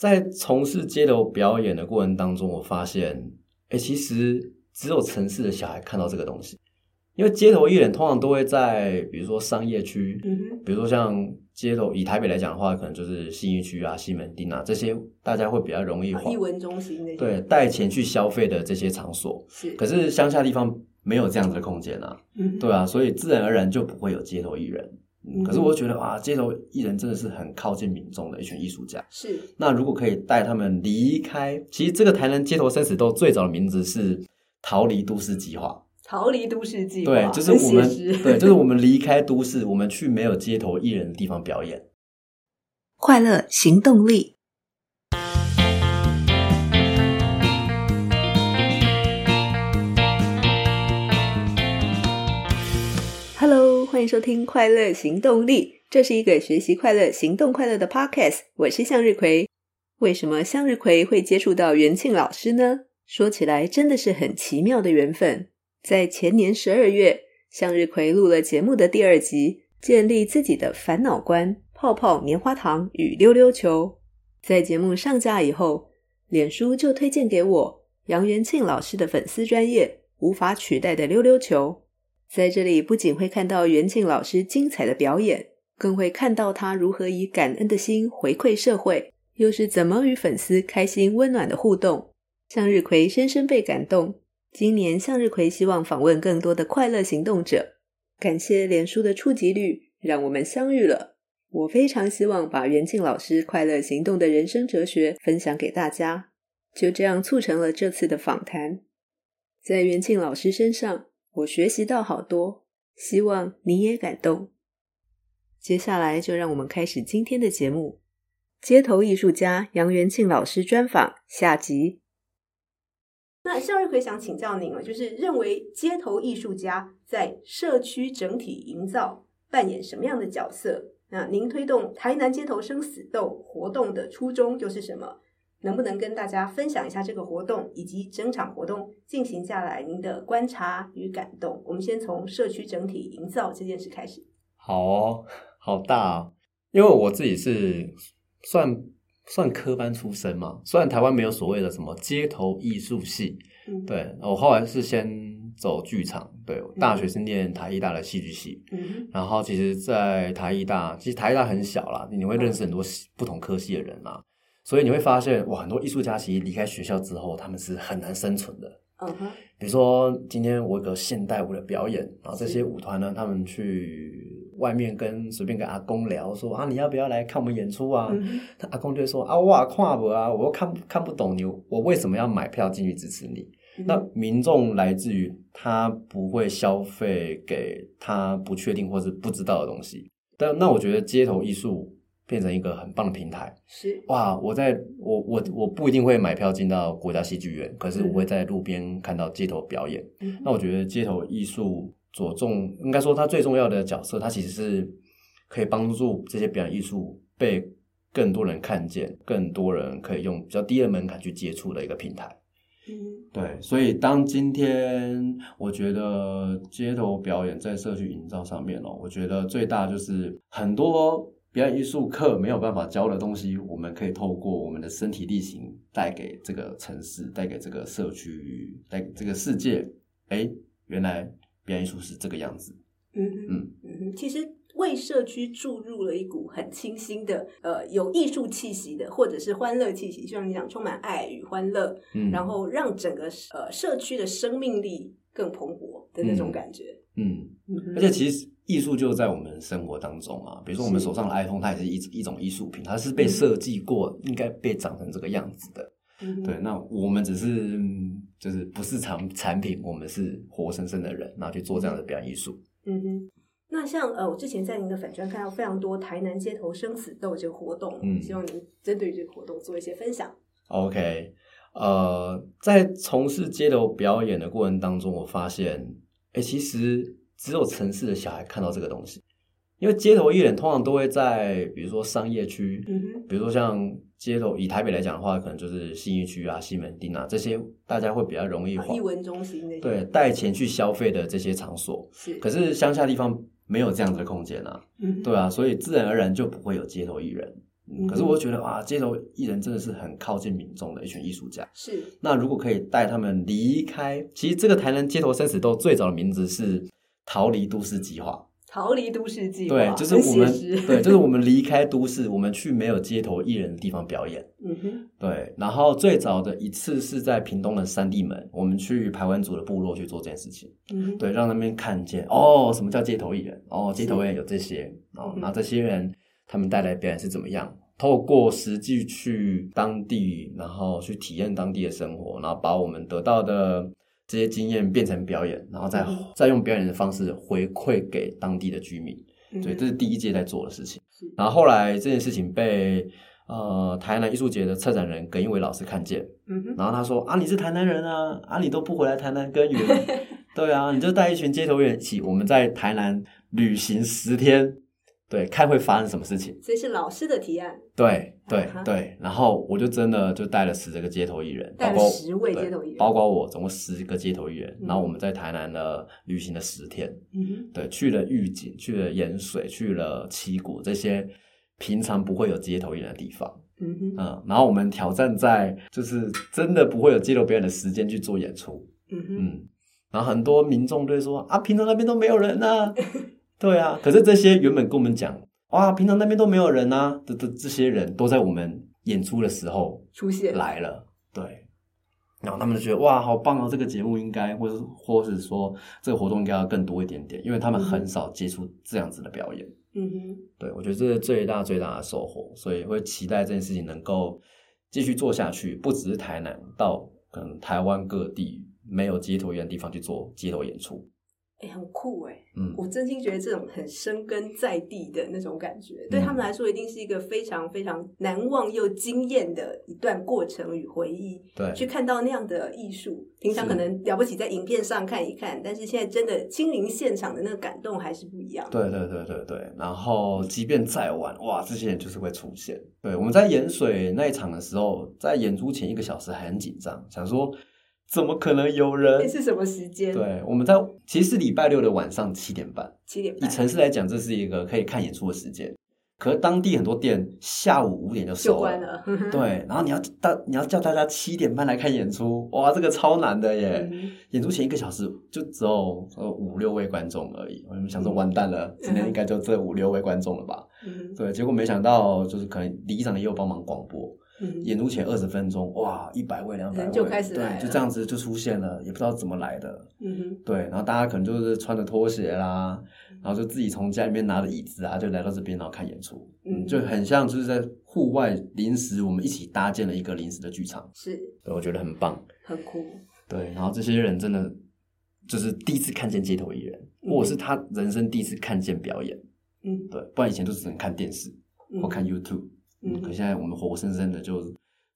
在从事街头表演的过程当中，我发现，哎、其实只有城市的小孩看到这个东西，因为街头艺人通常都会在比如说商业区，嗯哼，比如说像街头，以台北来讲的话，可能就是信义区啊、西门町啊这些，大家会比较容易啊花艺文中心那些对带钱去消费的这些场所。是，可是乡下地方没有这样子的空间啊，嗯哼对啊，所以自然而然就不会有街头艺人。嗯嗯、可是我觉得啊，街头艺人真的是很靠近民众的一群艺术家。是那如果可以带他们离开，其实这个台南街头生死斗最早的名字是逃离都市计划，逃离都市计划，对，就是很我们写 实对，就是我们离开都市，我们去没有街头艺人的地方表演。快乐行动力。Hello，欢迎收听《快乐行动力》，这是一个学习快乐、行动快乐的 Podcast。我是向日葵。为什么向日葵会接触到元庆老师呢？说起来真的是很奇妙的缘分。在前年十二月，向日葵录了节目的第二集，建立自己的烦恼观、泡泡棉花糖与溜溜球。在节目上架以后，脸书就推荐给我杨元庆老师的粉丝专业无法取代的溜溜球。在这里，不仅会看到元庆老师精彩的表演，更会看到他如何以感恩的心回馈社会，又是怎么与粉丝开心温暖的互动。向日葵深深被感动，今年向日葵希望访问更多的快乐行动者。感谢脸书的触及率，让我们相遇了。我非常希望把袁静老师快乐行动的人生哲学分享给大家，就这样促成了这次的访谈。在袁静老师身上，我学习到好多，希望你也感动。接下来就让我们开始今天的节目。街头艺术家杨元庆老师专访下集。那向日葵想请教您了，就是认为街头艺术家在社区整体营造扮演什么样的角色？那您推动台南街头生死斗活动的初衷又是什么？能不能跟大家分享一下这个活动以及整场活动进行下来您的观察与感动？我们先从社区整体营造这件事开始。好哦，好大、哦，因为我自己是算算科班出身嘛，虽然台湾没有所谓的什么街头艺术系，嗯，，对我后来是先走剧场，对，我大学是念台艺大的戏剧系，嗯然后其实，在台艺大，其实台艺大很小啦，你会认识很多系不同科系的人啦，所以你会发现，哇，很多艺术家其实离开学校之后，他们是很难生存的。哼嗯哼，比如说今天我有个现代舞的表演，然后这些舞团呢，他们去外面跟随便跟阿公聊说啊，你要不要来看我们演出啊？嗯哼他阿公就会说啊，我也看不啊，我又看看不懂你，我为什么要买票进去支持你？嗯那民众来自于他不会消费给他不确定或是不知道的东西，但那我觉得街头艺术变成一个很棒的平台。是哇！我在我我我不一定会买票进到国家戏剧院，可是我会在路边看到街头表演。嗯哼那我觉得街头艺术着重，应该说它最重要的角色，它其实是可以帮助这些表演艺术被更多人看见，更多人可以用比较低的门槛去接触的一个平台。嗯对，所以当今天我觉得街头表演在社区营造上面哦，我觉得最大就是很多表演艺术课没有办法教的东西，我们可以透过我们的身体力行带给这个城市、带给这个社区、带给这个世界。哎，原来表演艺术是这个样子。嗯哼嗯，嗯哼，其实为社区注入了一股很清新的，呃，有艺术气息的，或者是欢乐气息，就像你讲，充满爱与欢乐，嗯，然后让整个呃社区的生命力更蓬勃的那种感觉。嗯，嗯哼而且其实艺术就在我们生活当中啊嘛，比如说我们手上的 iPhone，它也是一一种艺术品，它是被设计过，应该被长成这个样子的。嗯哼对，那我们只是嗯就是不是产产品，我们是活生生的人，然后去做这样的表演艺术。嗯哼，那像呃，我之前在您的粉专看到非常多台南街头生死斗这个活动，嗯希望您针对这个活动做一些分享。 OK，呃，在从事街头表演的过程当中，我发现，哎，其实只有城市的小孩看到这个东西，因为街头艺人通常都会在比如说商业区，嗯哼，比如说像街头，以台北来讲的话，可能就是信义区啊、西门町啊这些，大家会比较容易啊花艺文中心那些对带钱去消费的这些场所。是，可是是乡下地方没有这样子的空间啊，对啊，啊，所以自然而然就不会有街头艺人。嗯可是我觉得啊，街头艺人真的是很靠近民众的一群艺术家。是那如果可以带他们离开，其实这个台南街头生死斗最早的名字是逃离都市计划。逃离都市计划，对，就是很我们写实对，就是我们离开都市，我们去没有街头艺人的地方表演。嗯哼，对，然后最早的一次是在屏东的三地门，我们去排湾族的部落去做这件事情，嗯哼，对，让他们看见哦，什么叫街头艺人，哦，街头艺人有这些，哦嗯，哼那这些人他们带来表演是怎么样？透过实际去当地，然后去体验当地的生活，然后把我们得到的这些经验变成表演，然后再、嗯哼再用表演的方式回馈给当地的居民。嗯对，这是第一届在做的事情是。然后后来这件事情被呃台南艺术节的策展人耿一伟老师看见，嗯哼，然后他说啊，你是台南人啊，啊你都不回来台南耕耘， 对啊，你就带一群街头艺人一起，我们在台南旅行十天，对，看会发生什么事情。这是老师的提案，对对啊哈对，然后我就真的就带了十个街头艺人，带了包括10位对街头艺人包括我总共十个街头艺人，嗯然后我们在台南呢旅行了十天，嗯哼，对，去了玉井，去了盐水，去了七股这些平常不会有街头艺人的地方，嗯哼，嗯，然后我们挑战在就是真的不会有街头表演的时间去做演出，嗯哼，嗯，然后很多民众都会说啊，平常那边都没有人呐、 对啊，可是这些原本跟我们讲哇，平常那边都没有人呐、的的这些人都在我们演出的时候出现，来了，对。然后他们就觉得哇，好棒哦！这个节目应该，或者或是说这个活动应该要更多一点点，因为他们很少接触这样子的表演。嗯哼，对我觉得这是最大最大的收获，所以会期待这件事情能够继续做下去，不只是台南，到可能台湾各地没有街头演的地方去做街头演出。哎，很酷哎，嗯，我真心觉得这种很深根在地的那种感觉，嗯对他们来说一定是一个非常非常难忘又惊艳的一段过程与回忆。对，去看到那样的艺术，平常是可能了不起在影片上看一看，但是现在真的亲临现场的那个感动还是不一样。对对对对对，然后即便再晚，哇，这些人就是会出现。对，我们在盐水那一场的时候，在演出前一个小时还很紧张，想说怎么可能有那人？是什么时间？，对，我们在其实是礼拜六的晚上七点半，七点以半城市来讲，这是一个可以看演出的时间。可是当地很多店下午五点就就收关了。对，然后你要大你要叫大家七点半来看演出，哇，这个超难的耶！嗯演出前一个小时就只有呃五六位观众而已，我们想说嗯完蛋了，今天应该就这五六位观众了吧？嗯对，结果没想到就是可能里长也有帮忙广播，嗯演出前二十分钟，哇，一百位、两百位人就开始来对，了就这样子就出现了，也不知道怎么来的，嗯哼对，然后大家可能就是穿着拖鞋啦，嗯然后就自己从家里面拿着椅子啊，就来到这边然后看演出，嗯嗯，就很像就是在户外临时我们一起搭建了一个临时的剧场，是对，我觉得很棒，很酷。对，然后这些人真的就是第一次看见街头艺人，嗯或者是他人生第一次看见表演，嗯，对，不然以前都只能看电视嗯或看 YouTube，嗯嗯，可现在我们活生生的就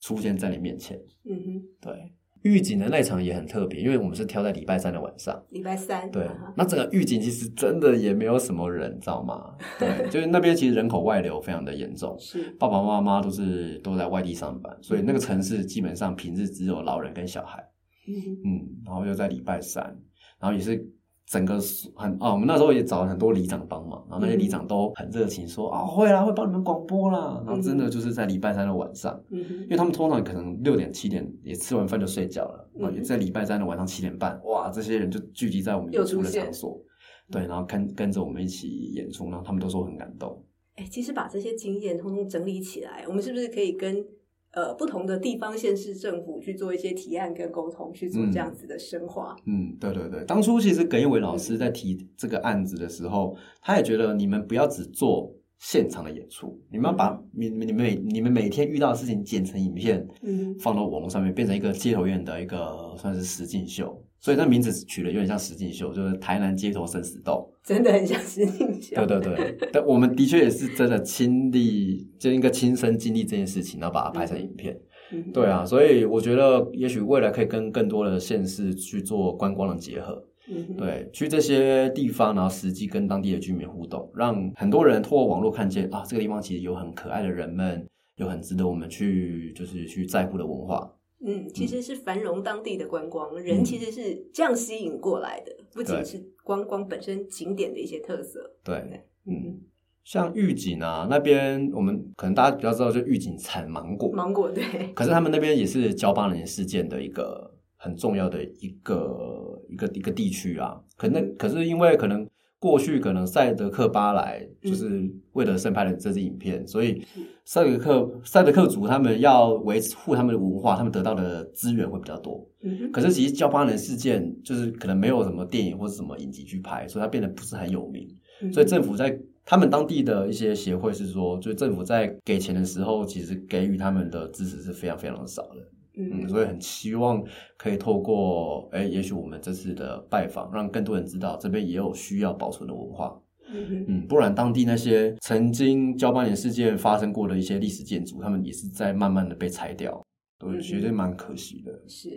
出现在你面前，嗯哼，对。预警的那场也很特别，因为我们是挑在礼拜三的晚上，礼拜三对啊，那整个预警其实真的也没有什么人，知道吗？对，就是那边其实人口外流非常的严重，是爸爸妈妈都是都在外地上班，所以那个城市基本上平日只有老人跟小孩，嗯哼嗯，然后又在礼拜三，然后也是整个很啊、我们那时候也找了很多里长帮忙，然后那些里长都很热情说，啊会啦，会帮你们广播啦，然后真的就是在礼拜三的晚上，嗯因 哼为他们通常可能六点七点也吃完饭就睡觉了，然后也在礼拜三的晚上七点半，哇，这些人就聚集在我们演出的场所，对，然后跟跟着我们一起演出，然后他们都说很感动。哎，其实把这些经验通通整理起来，我们是不是可以跟呃不同的地方县市政府去做一些提案跟沟通，去做嗯这样子的深化？嗯，对对对，当初其实耿一伟老师在提这个案子的时候，他也觉得你们不要只做现场的演出，你们要把你你们每你们每天遇到的事情剪成影片，嗯放到网络上面，变成一个街头院的一个算是实境秀，所以那名字取的有点像实境秀，就是台南街头生死斗。真的很像实境秀。对对对，但我们的确也是真的亲历，就一个亲身经历这件事情，然后把它拍成影片。嗯对啊，所以我觉得也许未来可以跟更多的县市去做观光的结合，嗯哼对，去这些地方，然后实际跟当地的居民互动，让很多人透过网络看见啊，这个地方其实有很可爱的人们，有很值得我们去就是去在乎的文化。嗯，其实是繁荣当地的观光，人其实是这样吸引过来的，不仅嗯对是观光本身景点的一些特色。对，嗯，像玉井啊那边，我们可能大家比较知道，就玉井产芒果，芒果对，可是他们那边也是九八年事件的一个很重要的一个一个一个地区啊。可那可是因为可能过去可能赛德克巴莱嗯就是为了盛拍了这支影片，所以赛德克赛德克族他们要维护他们的文化，他们得到的资源会比较多。嗯哼可是其实交八人事件就是可能没有什么电影或者什么影集去拍，所以它变得不是很有名。嗯所以政府在他们当地的一些协会是说，就政府在给钱的时候，其实给予他们的支持是非常非常少的。嗯，嗯所以很期望可以透过哎，也许我们这次的拜访，让更多人知道这边也有需要保存的文化。嗯哼嗯，不然当地那些曾经交八年事件发生过的一些历史建筑，他们也是在慢慢的被拆掉，对，嗯其实蛮可惜的。是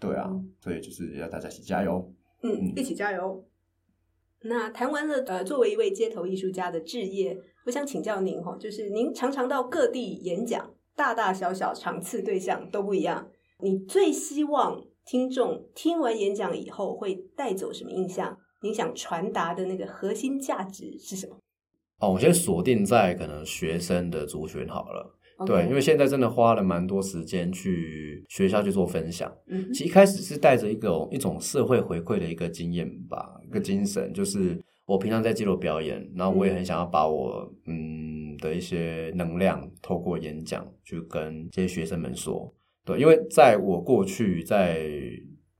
对啊嗯，所以就是要大家一起加油。嗯嗯，一起加油。那谈完了呃，作为一位街头艺术家的置业，我想请教您哈，就是您常常到各地演讲，大大小小场次对象都不一样，你最希望听众听完演讲以后会带走什么印象？您想传达的那个核心价值是什么哦，我先锁定在可能学生的族群好了。 ？OK？对，因为现在真的花了蛮多时间去学校去做分享。嗯哼其实一开始是带着一种一种社会回馈的一个经验吧，一个精神，就是我平常在街头表演，然后嗯我也很想要把我嗯的一些能量透过演讲去跟这些学生们说。对，因为在我过去在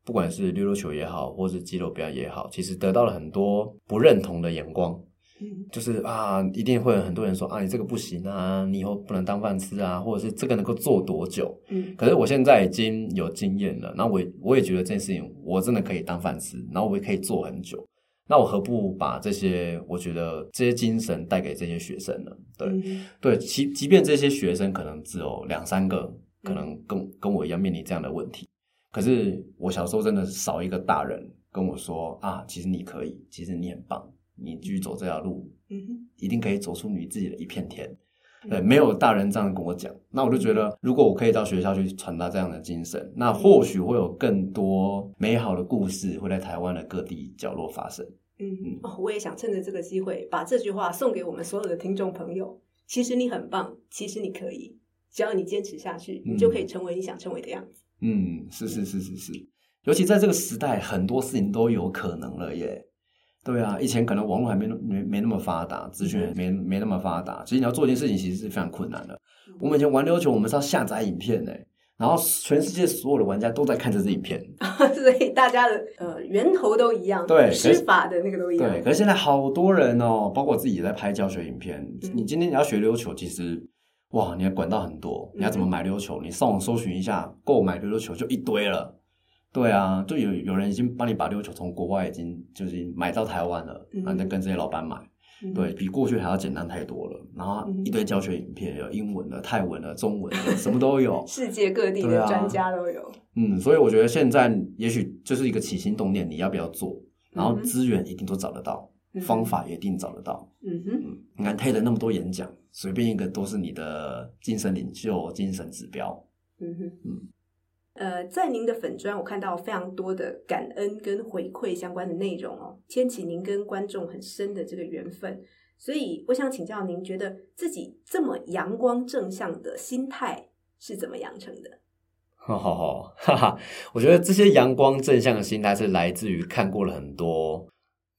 不管是溜溜球也好，或是街头表演也好，其实得到了很多不认同的眼光。嗯就是啊，一定会有很多人说啊，你这个不行啊，你以后不能当饭吃啊，或者是这个能够做多久？嗯可是我现在已经有经验了，那我也我也觉得这件事情我真的可以当饭吃，然后我也可以做很久。那我何不把这些我觉得这些精神带给这些学生呢？对、嗯对，即即便这些学生可能只有两三个，可能跟跟我一样面临这样的问题，可是我小时候真的少一个大人跟我说啊，其实你可以，其实你很棒，你继续走这条路，嗯哼一定可以走出你自己的一片天。嗯对，没有大人这样跟我讲，那我就觉得，如果我可以到学校去传达这样的精神，那或许会有更多美好的故事会在台湾的各地角落发生。嗯，哦，我也想趁着这个机会把这句话送给我们所有的听众朋友。其实你很棒，其实你可以，只要你坚持下去，嗯你就可以成为你想成为的样子。嗯，是是是是是，尤其在这个时代，很多事情都有可能了耶。对啊，以前可能网络还没那没没那么发达，资讯还没没那么发达，其实你要做一件事情其实是非常困难的。我们以前玩溜球，我们是要下载影片诶，然后全世界所有的玩家都在看这支影片， 所以大家的呃源头都一样，对施法的那个都一样对，。可是现在好多人哦，包括我自己也在拍教学影片。嗯你今天你要学溜球，其实哇，你的管道很多，嗯你要怎么买溜球？你上网搜寻一下，购买溜溜球就一堆了。对啊，就有有人已经帮你把溜球从国外已经就是买到台湾了，嗯然后你再跟这些老板买，嗯对，比过去还要简单太多了。然后嗯。一堆教学影片，有英文的、泰文的、中文的，什么都有 世界各地对的啊专家都有。嗯，所以我觉得现在也许就是一个起心动念，你要不要做？然后嗯哼资源一定都找得到，嗯方法也一定找得到。嗯哼，嗯，你看 TED 那么多演讲，随便一个都是你的精神领袖、精神指标。嗯哼，嗯呃，在您的粉砖，我看到非常多的感恩跟回馈相关的内容哦，牵起您跟观众很深的这个缘分。所以，我想请教您，觉得自己这么阳光正向的心态是怎么养成的？哈哈哈，哈哈！我觉得这些阳光正向的心态是来自于看过了很多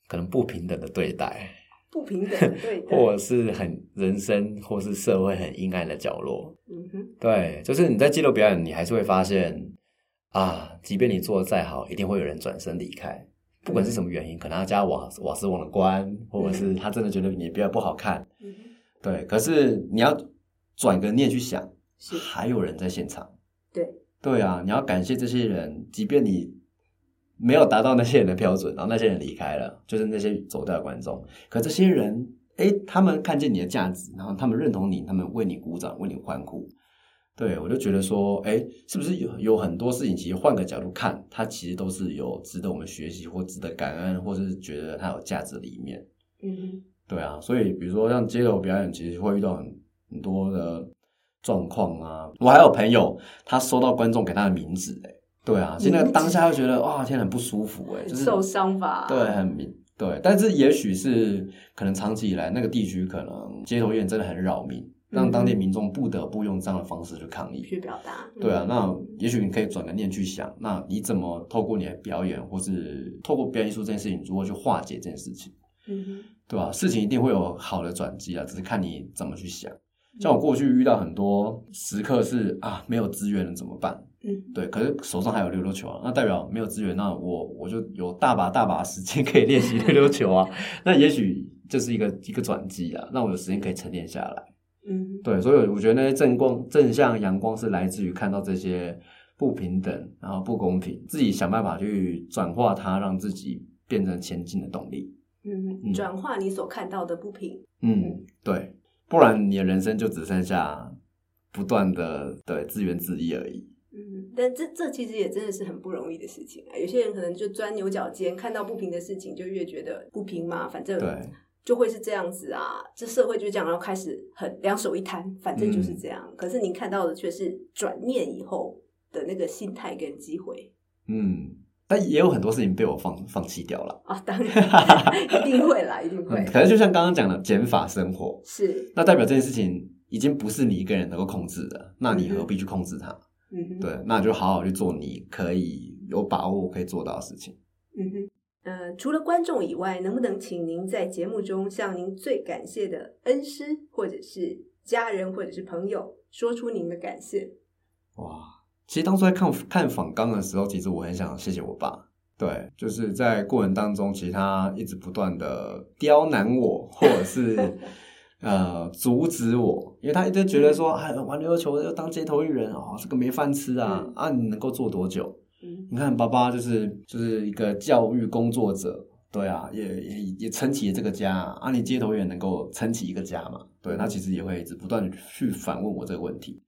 可能不平等的对待，不平等的 对待，或者是很人生或是社会很阴暗的角落。嗯哼，对，就是你在街头表演，你还是会发现啊，即便你做的再好，一定会有人转身离开。不管是什么原因，可能他家瓦瓦斯忘了关，或者是他真的觉得你表演不好看，嗯哼，对，可是你要转个念去想，是还有人在现场。对，对啊，你要感谢这些人，即便你没有达到那些人的标准，然后那些人离开了，就是那些走掉的观众，可这些人，诶，他们看见你的价值，然后他们认同你，他们为你鼓掌，为你欢呼。对，我就觉得说，诶，是不是有有很多事情，其实换个角度看，它其实都是有值得我们学习，或值得感恩，或是觉得它有价值的一面。嗯哼，对啊，所以比如说像街头表演，其实会遇到很很多的状况啊。我还有朋友，他收到观众给他的名字、欸，对啊，现在名字当下会觉得哇，天很不舒服、欸，哎，很就是受伤吧？对，很敏对，但是也许是可能长期以来那个地区可能街头艺人真的很扰民，让当地民众不得不用这样的方式去抗议。嗯去表达。对啊，嗯那也许你可以转个念去想，那你怎么透过你的表演，或是透过表演艺术这件事情，如何去化解这件事情，嗯哼对吧、事情一定会有好的转机啊，只是看你怎么去想。像我过去遇到很多时刻是啊，没有资源了怎么办？嗯，对，可是手上还有溜溜球啊，那代表没有资源，那我我就有大把大把时间可以练习溜溜球啊，那也许就是一个一个转机啊，让我有时间可以沉淀下来。嗯，对，所以我觉得那些正光正向阳光是来自于看到这些不平等，然后不公平，自己想办法去转化它，让自己变成前进的动力。嗯，嗯转化你所看到的不平，嗯，对，不然你的人生就只剩下不断的对自怨自艾而已。嗯，但这这其实也真的是很不容易的事情啊。有些人可能就钻牛角尖，看到不平的事情就越觉得不平嘛，反正对，就会是这样子啊，这社会就这样，然后开始很两手一摊，反正嗯就是这样。可是您看到的却是转念以后的那个心态跟机会嗯，但也有很多事情被我放放弃掉了。啊，当然 一定会啦，一定 会嗯，可能就像刚刚讲的减法生活，是，那代表这件事情已经不是你一个人能够控制的，那你嗯哼何必去控制它？嗯哼，对，那就好好去做你可以有把握可以做到的事情。嗯哼，呃，除了观众以外，能不能请您在节目中向您最感谢的恩师，或者是家人，或者是朋友，说出您的感谢？哇，其实当初在看看访纲的时候，其实我很想谢谢我爸。对，就是在过程当中，其实他一直不断的刁难我，或者是呃阻止我，因为他一直觉得说，哎，玩溜溜球要当街头艺人哦，这个没饭吃啊，嗯啊，你能够做多久？嗯你看，爸爸就是就是一个教育工作者，对啊，也也也撑起了这个家啊。啊你街头也能够撑起一个家嘛？对，他其实也会一直不断的去反问我这个问题，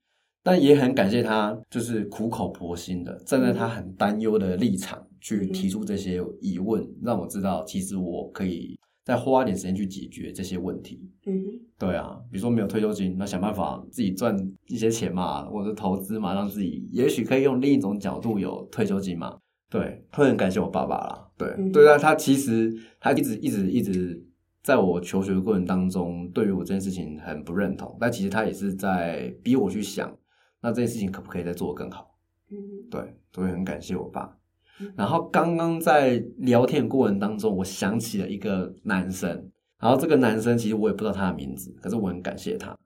但也很感谢他，就是苦口婆心的站在他很担忧的立场去提出这些疑问，让我知道其实我可以再花一点时间去解决这些问题。嗯哼，对啊，比如说没有退休金，那想办法自己赚一些钱嘛，或者投资嘛，让自己也许可以用另一种角度有退休金嘛。对，会很感谢我爸爸啦。对，嗯对啊，他其实他一直一直一直在我求学的过程当中，对于我这件事情很不认同，但其实他也是在逼我去想，那这件事情可不可以再做得更好。嗯哼，对，所以很感谢我爸嗯。然后刚刚在聊天过程当中，我想起了一个男生，然后这个男生其实我也不知道他的名字，可是我很感谢他。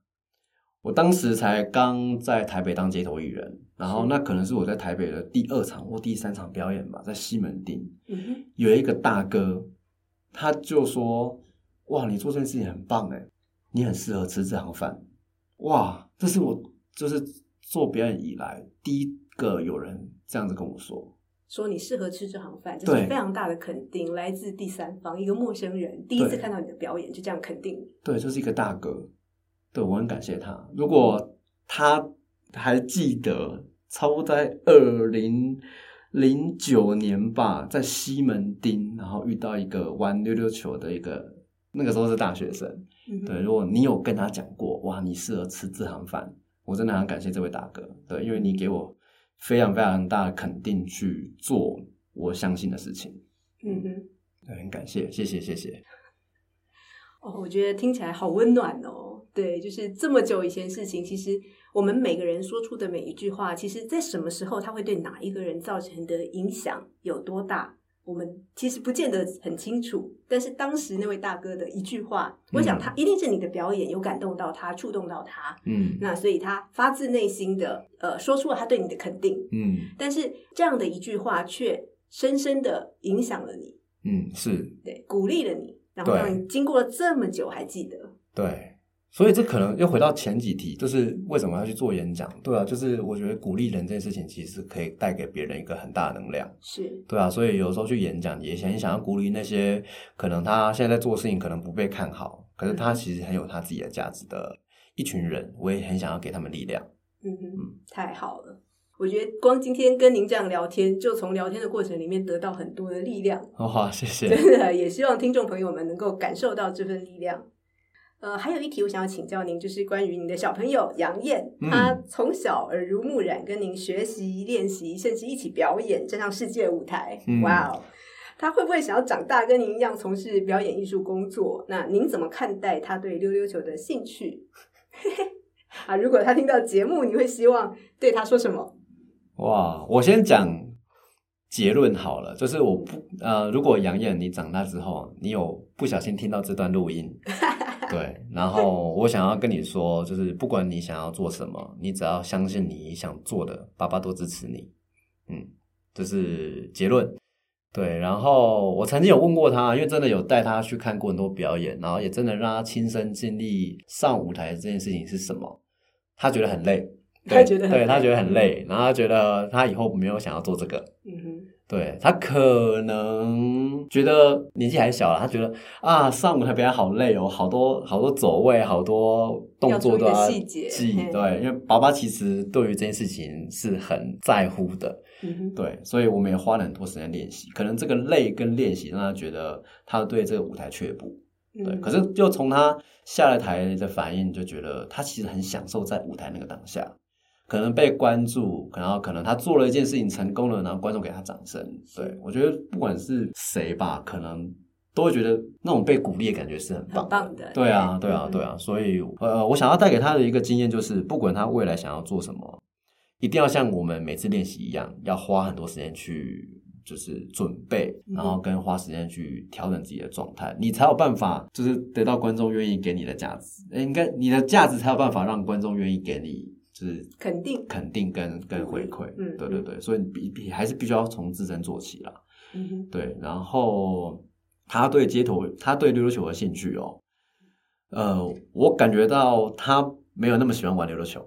我当时才刚在台北当街头艺人，然后是那可能是我在台北的第二场或第三场表演吧，在西门町嗯哼，有一个大哥，他就说：“哇，你做这件事情很棒哎，你很适合吃这行饭。”哇，这是我就是做表演以来第一个有人这样子跟我说，说你适合吃这行饭，这对是非常大的肯定，来自第三方一个陌生人，第一次对看到你的表演就这样肯定你。对，就是一个大哥，对我很感谢他。如果他还记得，差不多在二零零九年吧，在西门町，然后遇到一个玩溜溜球的一个，那个时候是大学生。嗯哼对，，如果你有跟他讲过，哇，你适合吃这行饭，我真的很感谢这位大哥，对，因为你给我非常非常大的肯定去做我相信的事情，嗯哼。对，很感谢，谢谢，谢谢，哦，我觉得听起来好温暖哦。对，就是这么久以前的事情，其实我们每个人说出的每一句话，其实在什么时候它会对哪一个人造成的影响有多大，我们其实不见得很清楚。但是当时那位大哥的一句话，我嗯想他一定是你的表演有感动到他，触动到他，嗯那所以他发自内心的呃说出了他对你的肯定。嗯但是这样的一句话却深深的影响了你，嗯，是对，鼓励了你，然后对让你经过了这么久还记得。对，所以这可能又回到前几题，就是为什么要去做演讲？对啊，就是我觉得鼓励人这件事情，其实可以带给别人一个很大的能量。是，对啊，所以有时候去演讲，也想想要鼓励那些可能他现在在做事情可能不被看好，可是他其实很有他自己的价值的一群人，我也很想要给他们力量。 嗯哼，太好了。我觉得光今天跟您这样聊天，就从聊天的过程里面得到很多的力量，哇，谢谢。真的也希望听众朋友们能够感受到这份力量。呃，还有一题我想要请教您，就是关于您的小朋友杨燕，嗯她从小耳濡目染，跟您学习、练习，甚至一起表演，站上世界舞台。嗯哇哦！他会不会想要长大跟您一样从事表演艺术工作？那您怎么看待他对溜溜球的兴趣？ 啊，如果他听到节目，你会希望对他说什么？哇，我先讲结论好了，就是我不呃，如果杨燕你长大之后，你有不小心听到这段录音，对，然后我想要跟你说，就是不管你想要做什么，你只要相信你想做的，爸爸都支持你。嗯，这是结论。对，然后我曾经有问过他，因为真的有带他去看过很多表演，然后也真的让他亲身经历上舞台这件事情是什么。他觉得很累，对他觉得很对他累觉得很累，然后他觉得他以后没有想要做这个，嗯哼，对他可能觉得年纪还小了，他觉得啊上舞台表演好累哦，好多好多走位，好多动作都要要注意的细节记嘿对，因为爸爸其实对于这件事情是很在乎的，嗯哼，对，所以我们也花了很多时间练习。可能这个累跟练习让他觉得他对这个舞台却步，对。嗯可是就从他下了台的反应，就觉得他其实很享受在舞台那个当下，可能被关注，然后可能他做了一件事情成功了，然后观众给他掌声。对我觉得不管是谁吧，可能都会觉得那种被鼓励的感觉是很棒很棒的，对啊，对啊，嗯对啊，所以呃，我想要带给他的一个经验就是，不管他未来想要做什么，一定要像我们每次练习一样，要花很多时间去就是准备，嗯然后跟花时间去调整自己的状态，你才有办法就是得到观众愿意给你的价值，诶应该你的价值才有办法让观众愿意给你就是肯定肯定跟跟回馈，嗯对对对，所以你必必还是必须要从自身做起啦。嗯哼，对，然后他对街头，他对溜溜球的兴趣哦，呃，我感觉到他没有那么喜欢玩溜溜球，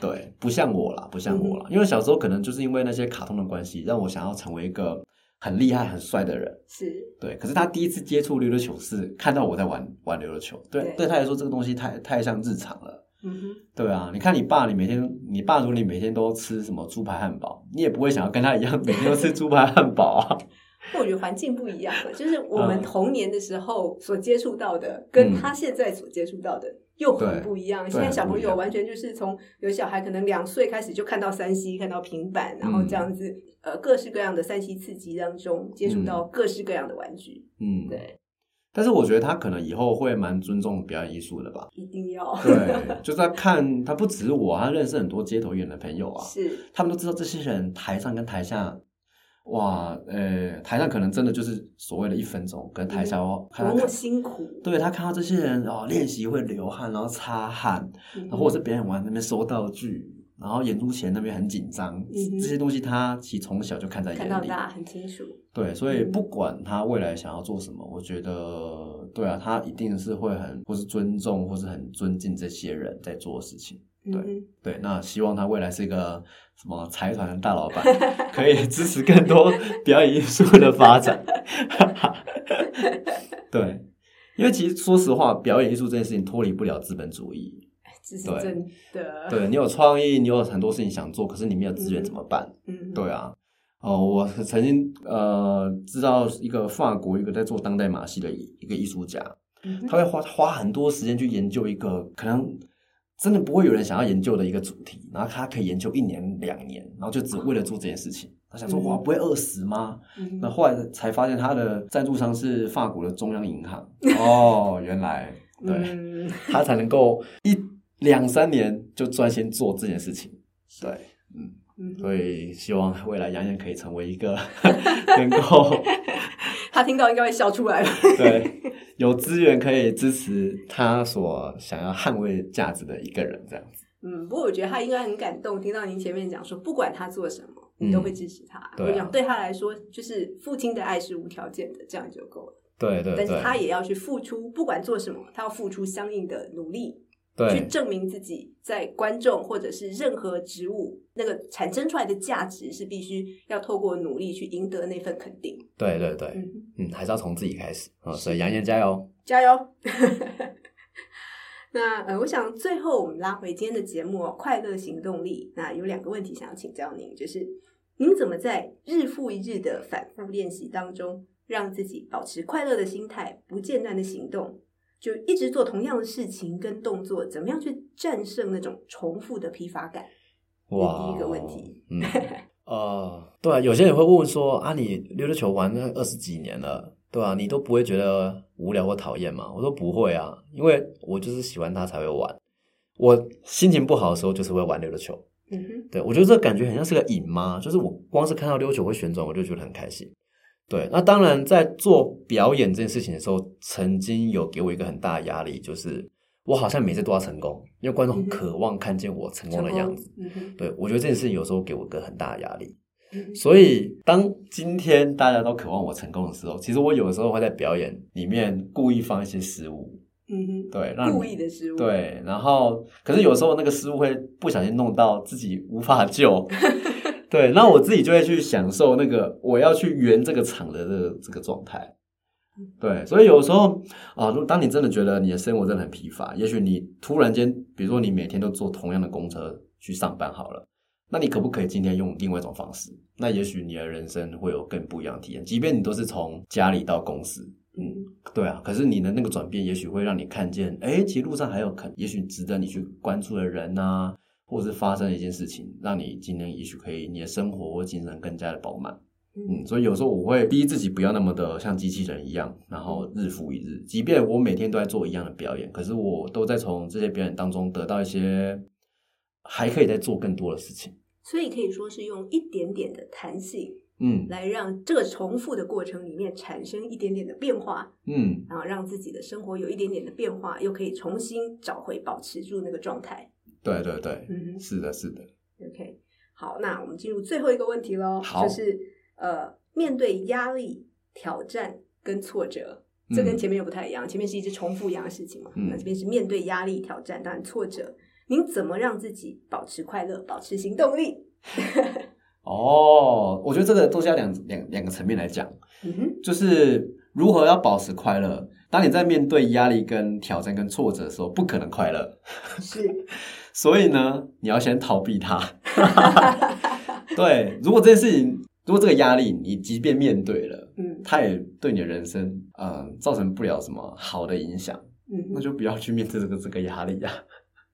对，不像我啦，不像我啦，因为小时候可能就是因为那些卡通的关系，让我想要成为一个很厉害、很帅的人，是对。可是他第一次接触溜溜球是看到我在玩玩溜溜球，对，对对他来说这个东西太太像日常了。嗯哼，对啊，你看你爸，你每天，你爸如果你每天都吃什么猪排汉堡，你也不会想要跟他一样每天都吃猪排汉堡啊。或者环境不一样了，就是我嗯们童年的时候所接触到的，嗯跟他现在所接触到的。又很对不一样。对现在很小不朋一友样完全就是从有小孩可能两岁开始就看到三 C，看到平板，然后嗯这样子，呃，各式各样的三 C 刺激当中接触嗯到各式各样的玩具。嗯，对，。但是我觉得他可能以后会蛮尊重表演艺术的吧 一定要对，就是他看他不止我，他认识很多街头艺人的朋友啊，是他们都知道这些人台上跟台下，哇，呃，台上可能真的就是所谓的一分钟，跟台下哦，看多他么辛苦，对他看到这些人哦，练习会流汗，然后擦汗，嗯然后或者是表演完那边收道具，然后演出前那边很紧张，嗯哼这些东西他其实从小就看在眼嗯看里。到大很清楚。对，所以嗯不管他未来想要做什么，我觉得对啊，他一定是会很或是尊重或是很尊敬这些人在做的事情。对嗯对，那希望他未来是一个什么财团的大老板，可以支持更 多表演艺术的发展。 对，因为其实说实话，表演艺术这件事情脱离不了资本主义。哼，这是对真的。，对你有创意，你有很多事情想做，可是你没有资源嗯怎么办？嗯，对啊，哦，我曾经呃知道一个法国一个在做当代马戏的一一个艺术家，嗯哼，他会花花很多时间去研究一个可能真的不会有人想要研究的一个主题，然后他可以研究一年两年，然后就只为了做这件事情。他想说，嗯哇，不会饿死吗？嗯那后来才发现他的赞助商是法国的中央银 行。哦，原来对嗯，他才能够一两三年就专心做这件事情。对。嗯所以希望未来杨洋可以成为一个 能够他听到应该会笑出来吧？对有资源可以支持他所想要捍卫价值的一个人，这样子。嗯，不过我觉得他应该很感动，听到您前面讲说，不管他做什么，嗯你都会支持他。对啊我讲对他来说，就是父亲的爱是无条件的，这样就够了。对对但是他也要去付出，不管做什么，他要付出相应的努力，去对证明自己在观众或者是任何职务那个产生出来的价值是必须要透过努力去赢得那份肯定。对对对，嗯。嗯，还是要从自己开始啊。所以杨洋加油！加油！ 那呃，我想最后我们拉回今天的节目、哦《快乐行动力》，那有两个问题想要请教您，就是您怎么在日复一日的反复练习当中，让自己保持快乐的心态，不间断的行动，就一直做同样的事情跟动作，怎么样去战胜那种重复的疲乏感？哇， 第一个问题，嗯，呃，对啊，有些人会问说啊，你溜溜球玩了二十几年了，对吧、你都不会觉得无聊或讨厌吗？我说不会啊，因为我就是喜欢它才会玩。我心情不好的时候就是会玩溜溜球，嗯哼，对我觉得这感觉很像是个瘾嘛，就是我光是看到溜球会旋转，我就觉得很开心。对，那当然在做表演这件事情的时候，曾经有给我一个很大的压力，就是我好像每次都要成功，因为观众嗯哼渴望看见我成功的样子。嗯哼，对我觉得这件事情有时候给我一个很大的压力。嗯哼，所以，当今天大家都渴望我成功的时候，其实我有的时候会在表演里面故意放一些失误，嗯对，让哼，你故意的失误，，对，然后可是有时候那个失误会不小心弄到自己无法 救，对，那我自己就会去享受那个我要去圆这个场的这个这个状态。嗯对，所以有时候啊，如果当你真的觉得你的生活真的很疲乏，也许你突然间，比如说你每天都坐同样的公车去上班好了，那你可不可以今天用另外一种方式？那也许你的人生会有更不一样的体验，即便你都是从家里到公司，嗯哼。对啊，可是你的那个转变，也许会让你看见，哎，其实路上还有可，也许值得你去关注的人呐、或者是发生的一件事情，让你今天也许可以你的生活或精神更加的饱满。嗯，所以有时候我会逼自己不要那么的像机器人一样，然后日复一日。即便我每天都在做一样的表演，可是我都在从这些表演当中得到一些，还可以再做更多的事情。所以可以说是用一点点的弹性嗯来让这个重复的过程里面产生一点点的变化，嗯，然后让自己的生活有一点点的变化，又可以重新找回保持住那个状态。对对对，嗯是的，是的。哼，OK，好，那我们进入最后一个问题喽，好就是呃，面对压力、挑战跟挫折。这跟嗯前面又不太一样，前面是一直重复一样的事情嘛。嗯那这边是面对压力、挑战，当然挫折。您怎么让自己保持快乐，保持行动力？哦，我觉得这个东西要两两两个层面来讲。嗯哼，就是如何要保持快乐。当你在面对压力、跟挑战、跟挫折的时候，不可能快乐，是，所以呢，你要先逃避它。对，如果这件事情，如果这个压力你即便面对了，嗯它也对你的人生，嗯、造成不了什么好的影响，嗯哼，那就不要去面对这个这个压力呀、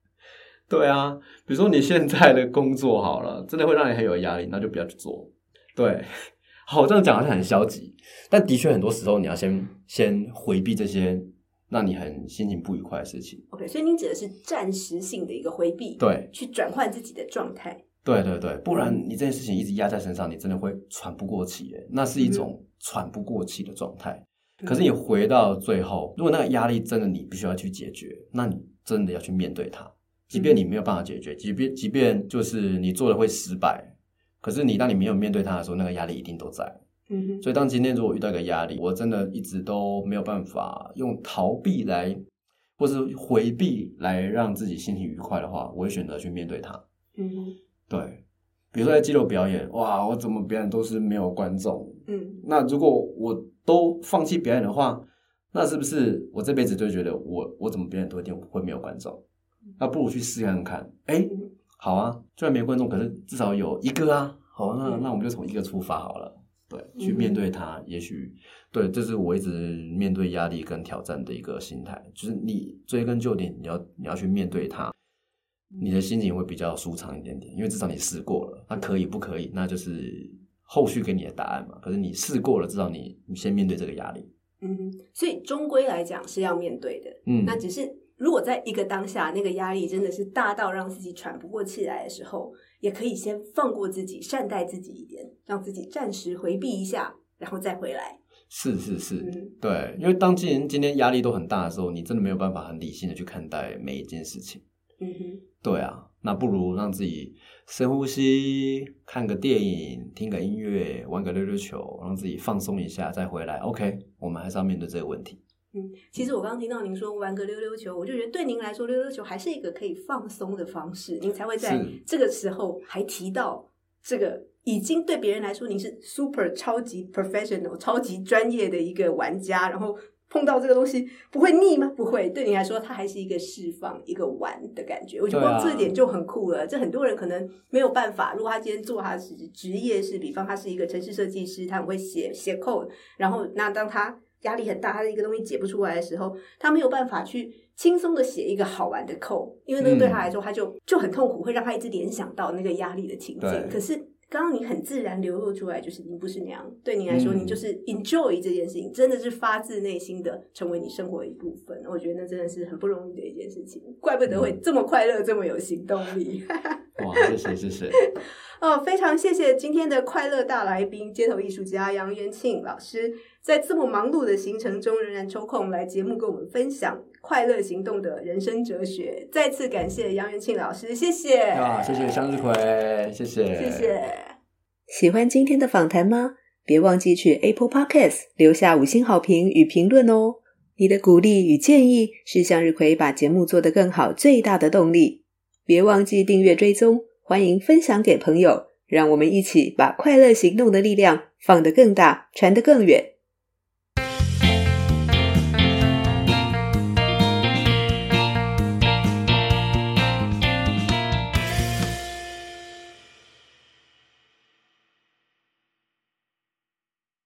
对啊，比如说你现在的工作好了，真的会让你很有压力，那就不要去做。对， 好，我这样讲好像很消极，但的确很多时候你要先先回避这些让你很心情不愉快的事情。 OK，所以您指的是暂时性的一个回避，，对，去转换自己的状态。对对对，不然你这件事情一直压在身上，你真的会喘不过气耶，那是一种喘不过气的状态。可是你回到最后，如果那个压力真的你必须要去解决，那你真的要去面对它，即便你没有办法解决，即便即便就是你做的会失败，可是你当你没有面对它的时候，那个压力一定都在。嗯哼，所以当今天如果遇到一个压力，我真的一直都没有办法用逃避来，或是回避来让自己心情愉快的话，我会选择去面对它。嗯哼，对，比如说在街头表演，哇，我怎么表演都是没有观众。嗯那如果我都放弃表演的话，那是不是我这辈子就觉得我我怎么表演都一定会没有观众？那不如去试看看。哎，嗯好啊，虽然没观众，可是至少有一个啊。好啊，那嗯那我们就从一个出发好了。对，去嗯面对它，也许对，这是我一直面对压力跟挑战的一个心态，就是你追根究底，你要你要去面对它，嗯你的心情会比较舒畅一点点，因为至少你试过了。那可以不可以，那就是后续给你的答案嘛。可是你试过了，至少你你先面对这个压力。嗯哼，所以终归来讲是要面对的。嗯，那只是如果在一个当下，那个压力真的是大到让自己喘不过气来的时候，也可以先放过自己，善待自己一点，让自己暂时回避一下，然后再回来。是是是，嗯对，因为当今天今天压力都很大的时候，你真的没有办法很理性的去看待每一件事情。嗯哼，对啊，那不如让自己深呼吸，看个电影，听个音乐，玩个溜溜球，让自己放松一下，再回来。OK，我们还是要面对这个问题。嗯，其实我刚刚听到您说玩个溜溜球，我就觉得对您来说，溜溜球还是一个可以放松的方式，您才会在是这个时候还提到这个已经对别人来说您是 super 超级 professional 超级专业的一个玩家，然后碰到这个东西不会腻吗？不会，对你来说它还是一个释放一个玩的感觉。我觉得对光啊这一点就很酷了。这很多人可能没有办法，如果他今天做他的职职业是，比方他是一个城市设计师，他很会写写 code，然后那当他压力很大，他的一个东西解不出来的时候，他没有办法去轻松的写一个好玩的扣，因为那个对他来说，他就就很痛苦，会让他一直联想到那个压力的情境。对可是刚刚你很自然流露出来，就是您不是娘，对你来说，嗯你就是 enjoy 这件事情，真的是发自内心的成为你生活的一部分。我觉得那真的是很不容易的一件事情，怪不得会这么快乐，这么有行动力。哇，谢谢谢谢，哦，非常谢谢今天的快乐大来宾，街头艺术家杨元庆老师，在这么忙碌的行程中，仍然抽空来节目跟我们分享快乐行动的人生哲学。再次感谢杨元庆老师，谢谢，啊，谢谢向日葵，谢谢，谢谢。喜欢今天的访谈吗？别忘记去 Apple Podcast 留下五星好评与评论哦！你的鼓励与建议是向日葵把节目做得更好最大的动力。别忘记订阅追踪，欢迎分享给朋友，让我们一起把快乐行动的力量放得更大，传得更远。